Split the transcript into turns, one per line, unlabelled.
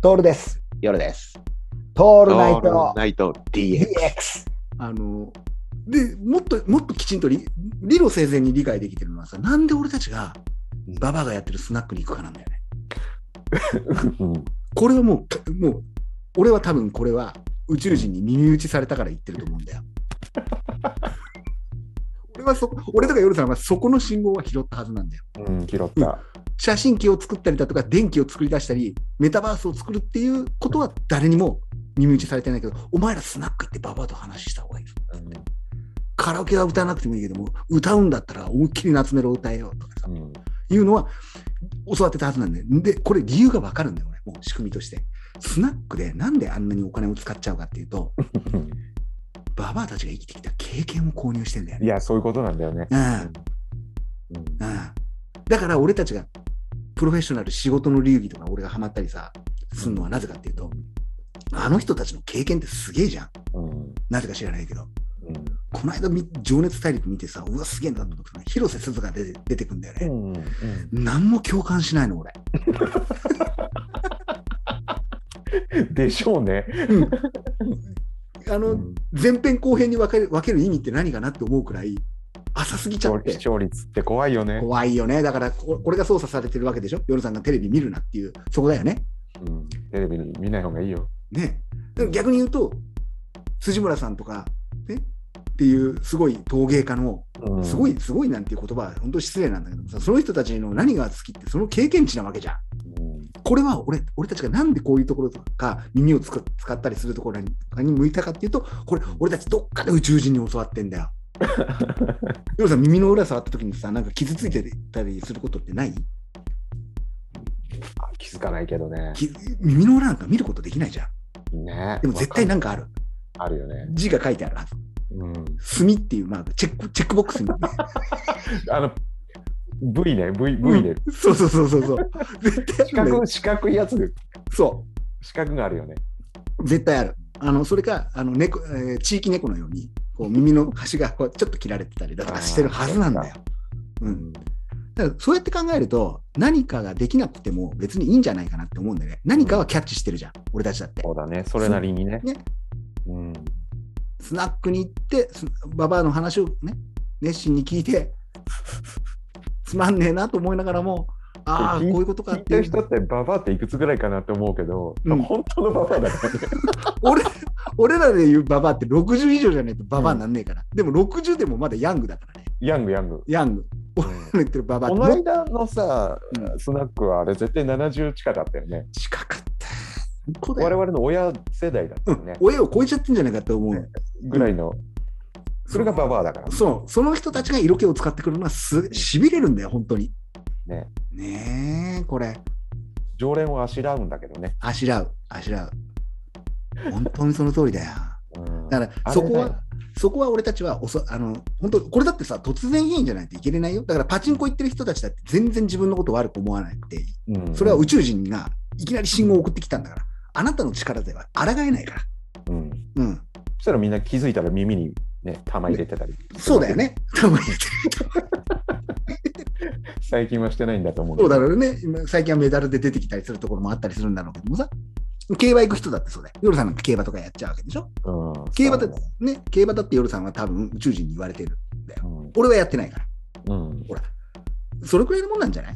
トールです。
夜です。
ト
オ
ールナイト
ナイト DX。
DX。
あの、で、もっと、もっときちんと理理路整然に理解できてるのはさ、なんで俺たちが、ババアがやってるスナックに行くかなんだよね。これはもうか、もう、俺は多分これは宇宙人に耳打ちされたから言ってると思うん だよ。俺はそ、俺とか夜さんはそこの信号は拾ったはずなんだよ。
うん、拾った。
写真機を作ったりだとか、電気を作り出したり、メタバースを作るっていうことは誰にも耳打ちされてないけど、お前らスナック行ってババアと話した方がいいぞ。カラオケは歌わなくてもいいけども、歌うんだったら思いっきり夏メロを歌えよとかさ、
うん
いうのは教わってたはずなんで、で、これ理由がわかるんだよ、俺、もう仕組みとして。スナックでなんであんなにお金を使っちゃうかっていうと、ババアたちが生きてきた経験を購入してんだよ
い
ね。
や、そういうことなんだよね。
うん
うん
うんだから俺たちがプロフェッショナル仕事の流儀とか俺がハマったりさすんのはなぜかっていうとあの人たちの経験ってすげえじゃん
うん
なぜか知らないけど
うん
この間み情熱大陸見てさうわすげえなと思ったのが広瀬すずが出て出てくんだよね、
うんうん
何も共感しないの俺、
でしょうね。
あの前編後編に分ける分ける意味って何かなって思うくらい浅すぎちゃっ
視
て
聴率って怖いよね。
怖いよねだからここれが操作されてるわけでしょ夜さんがテレビ見るなっていうそこだよね
うんテレビ見ない方がいいよ。
ね、だから逆に言うと辻村さんとか、ね、っていうすごい陶芸家の
うん
すごいすごいなんていう言葉は本当失礼なんだけどさその人たちの何が好きってその経験値なわけじゃん。
うん
これは俺俺たちがなんでこういうところとか耳をつく使ったりするところにに向いたかっていうとこれ俺たちどっかで宇宙人に教わって んだよ。要さん耳の裏触った時にさなんか傷ついてたりすることってない
あ気づかないけどね。
き耳の裏なんか見ることできないじゃん。
ね。
でも絶対なんかある。
わかんあるよね。
字が書いてあるはず。
うん
墨っていうマーク、チェックチェックボッ クスに。
あの、V ね、V、V ね。
うんそうそうそうそうそう。絶対
四
あるんだよ
角、四角いやつ、
そ
四角があるよね。
う。絶対ある。あのそれかあの猫、えー地域猫のようにこう耳の端がこうちょっと切られてたりだとかしてるはずなんだよ。うん、だからそうやって考えると何かができなくても別にいいんじゃないかなって思うんだよね。何かはキャッチしてるじゃん、俺たちだって。
そうだね、それなりにね。
ね
うん、
スナックに行って、すババアの話をね、熱心に聞いて、つまんねえなと思いながらも、ああ、こういうことか
聞い
って
て
い
る
う。
人ってババアっていくつぐらいかなって思うけど、
うん
本当のババアだからね。
俺俺らで言うババアって60以上じゃないとババアになんねえから、でも60でもまだヤングだからね
ヤングヤング。
ヤング俺らの言ってるババア
こ
って
の
もっ
間のさ、
うん
スナックはあれ絶対70近かったよね。
と近かった本当だ
我
よ
々の親世代だったよね、
親を超えちゃってんじゃないかって思う、
ぐらいの、それがババアだから。
そうその人たちが色気を使ってくるのはすしびれるんだよ本当に
ね
ねえこれ
常連をあしらうんだけどね。
あしらうあしらう本当にその通りだよ
うん
だからそこは、そこは俺たちはおそ、あの、本当これだってさ、突然変異じゃないといけれないよ。だからパチンコ行ってる人たちだって全然自分のこと悪く思わなくて、
うん
それは宇宙人がいきなり信号を送ってきたんだから、あなたの力では抗えないから。
うん
うん。
そしたらみんな気づいたら耳にね、玉入れてたり。
そうだよ。ね。多分言って
最近はしてないんだと思うけ
そ
ど。
うだろうね。今最近はメダルで出てきたりするところもあったりするんだろうけどもさ。競馬行く人だってそうだよ。夜さんなんか競馬とかやっちゃうわけでしょ
うん
競馬だっ
そ
て、ね、競馬だって夜さんは多分宇宙人に言われてる。
うだね
俺はやってないから。
うんうん
それくらいのもんなんじゃない